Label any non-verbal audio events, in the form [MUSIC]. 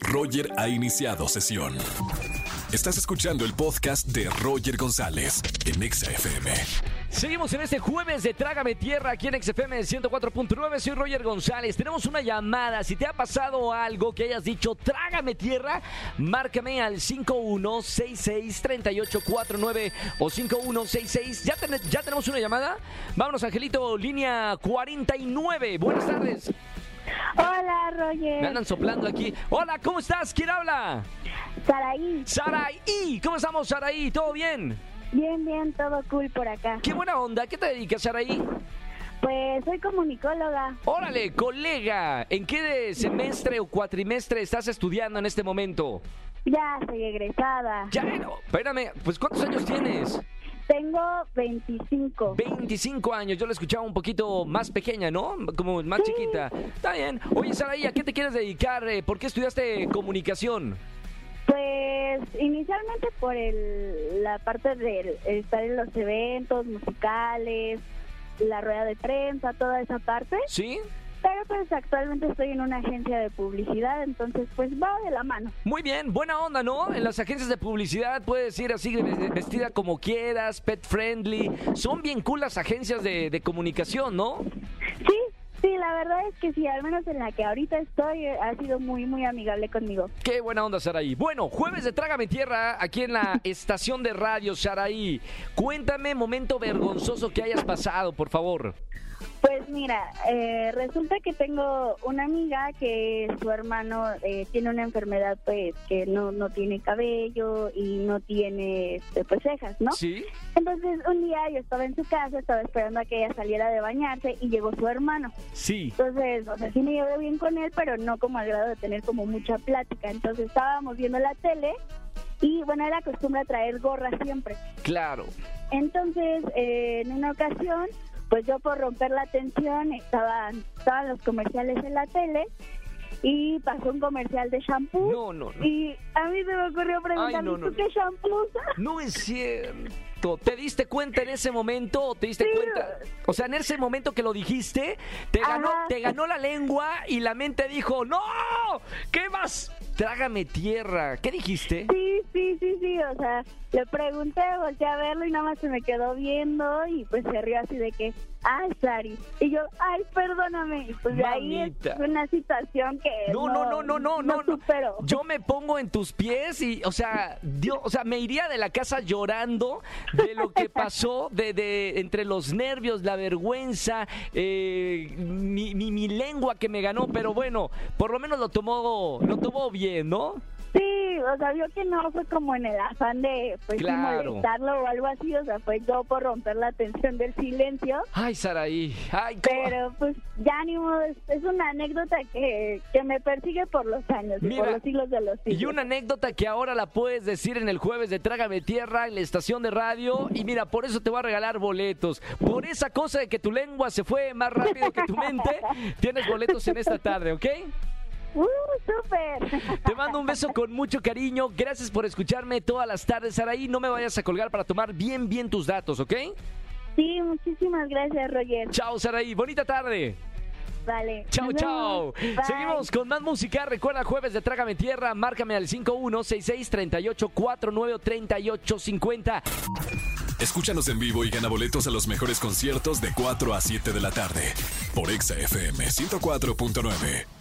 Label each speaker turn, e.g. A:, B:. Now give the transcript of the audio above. A: Roger ha iniciado sesión. Estás escuchando el podcast de Roger González en Exa FM.
B: Seguimos en este jueves de Trágame Tierra aquí en XFM 104.9. Soy Roger González. Tenemos una llamada. Si te ha pasado algo que hayas dicho Trágame Tierra, márcame al 5166-3849 o 5166. ¿Ya, ten- ¿Ya tenemos una llamada? Vámonos, Angelito, línea 49. Buenas tardes.
C: Hola,
B: Me
C: Roger.
B: andan soplando aquí. Hola, ¿cómo estás? ¿Quién habla?
C: Saraí.
B: Saraí. ¿Cómo estamos, Saraí? ¿Todo bien?
C: Bien, bien, todo cool por acá.
B: Qué buena onda. ¿Qué te dedicas, Saraí?
C: Pues soy comunicóloga.
B: Órale, colega, ¿en qué de semestre o cuatrimestre estás estudiando en este momento?
C: Ya soy egresada.
B: Ya, no, espérame, pues ¿cuántos años tienes?
C: Tengo 25.
B: 25 años, yo la escuchaba un poquito más pequeña, ¿no? Como más chiquita. Está bien. Oye, Saraí, ¿a qué te quieres dedicar? Eh, ¿Por qué estudiaste comunicación?
C: Pues inicialmente por el, la parte de estar en los eventos musicales, la rueda de prensa, toda esa parte.
B: ¿Sí?
C: Pero pues actualmente estoy en una agencia de publicidad, entonces pues va de la mano.
B: Muy bien, buena onda, ¿no? En las agencias de publicidad puedes ir así ve- vestida como quieras, pet friendly. Son bien cool las agencias de, de comunicación, ¿no?
C: Sí, sí, la verdad es que sí, al menos en la que ahorita estoy eh, ha sido muy, muy amigable conmigo.
B: Qué buena onda, Saraí. Bueno, jueves de Trágame Tierra, aquí en
C: [LAUGHS]
B: la estación de radio, Saraí. Cuéntame momento vergonzoso que hayas pasado, por favor.
C: Pues mira, eh, resulta que tengo una amiga que su hermano eh, tiene una enfermedad pues que no, no tiene cabello y no tiene este, pues cejas, ¿no?
B: ¿Sí?
C: Entonces un día yo estaba en su casa, estaba esperando a que ella saliera de bañarse y llegó su hermano.
B: Sí.
C: Entonces, o sea, sí me llevé bien con él, pero no como al grado de tener como mucha plática. Entonces estábamos viendo la tele y bueno, él acostumbra a traer gorra siempre.
B: Claro.
C: Entonces, eh, en una ocasión, pues yo por romper la tensión, estaban, estaban los comerciales en la tele y pasó un comercial de shampoo.
B: No, no, no.
C: Uh, Y a mí se me ocurrió preguntar,
B: Ay, no,
C: "¿Y
B: no,
C: ¿tú qué shampoo usas?".
B: No es cierto. ¿Te diste cuenta en ese momento o te diste
C: Sí.
B: cuenta? O sea, en ese momento que lo dijiste, te ganó,
C: Ajá.
B: te ganó la lengua y la mente dijo, ¡No! ¿Qué más? Trágame tierra. ¿Qué dijiste?
C: Sí, sí, sí, sí, o sea, le pregunté, volteé a verlo y nada más se me quedó viendo y pues se rió así de que, ay, Sari. Y yo, ay, perdóname. Y pues de ahí
B: Mamita.
C: es una situación que
B: No, no, no, no, no, no, no.
C: supero.
B: Yo me pongo en tus pies y, o sea, Dios, o sea, me iría de la casa llorando de lo que pasó, de, de entre los nervios, la vergüenza, eh, mi, mi, mi lengua que me ganó, pero bueno, por lo menos lo tomó, lo tomó bien, ¿no?
C: Sí, o sea, vio que no fue como en el afán de pues, sí
B: Claro.
C: molestarlo o algo así, o sea, fue yo por romper la tensión del silencio.
B: Ay, Saraí, ay, cómo-
C: Pero pues ya ni modo, es, es una anécdota que, que me persigue por los años y
B: Mira,
C: por los siglos de los siglos.
B: Y una anécdota que ahora la puedes decir en el jueves de Trágame Tierra en la estación de radio. Y mira, por eso te voy a regalar boletos. Por esa cosa de que tu lengua se fue más rápido que tu
C: [LAUGHS]
B: mente, tienes boletos en esta tarde, ¿ok?
C: ¡Uh, súper! [LAUGHS]
B: Te mando un beso con mucho cariño. Gracias por escucharme todas las tardes, Araí. No me vayas a colgar para tomar bien, bien tus datos, ¿ok?
C: Sí, muchísimas gracias, Roger.
B: Chao, Saraí. Bonita tarde.
C: Vale.
B: Chao,
C: nos
B: chao.
C: vemos. Bye.
B: Seguimos con más música. Recuerda, jueves de Trágame Tierra. Márcame al 5166 38 49 38 50.
A: Escúchanos en vivo y gana boletos a los mejores conciertos de 4 a 7 de la tarde por Exa FM 104.9.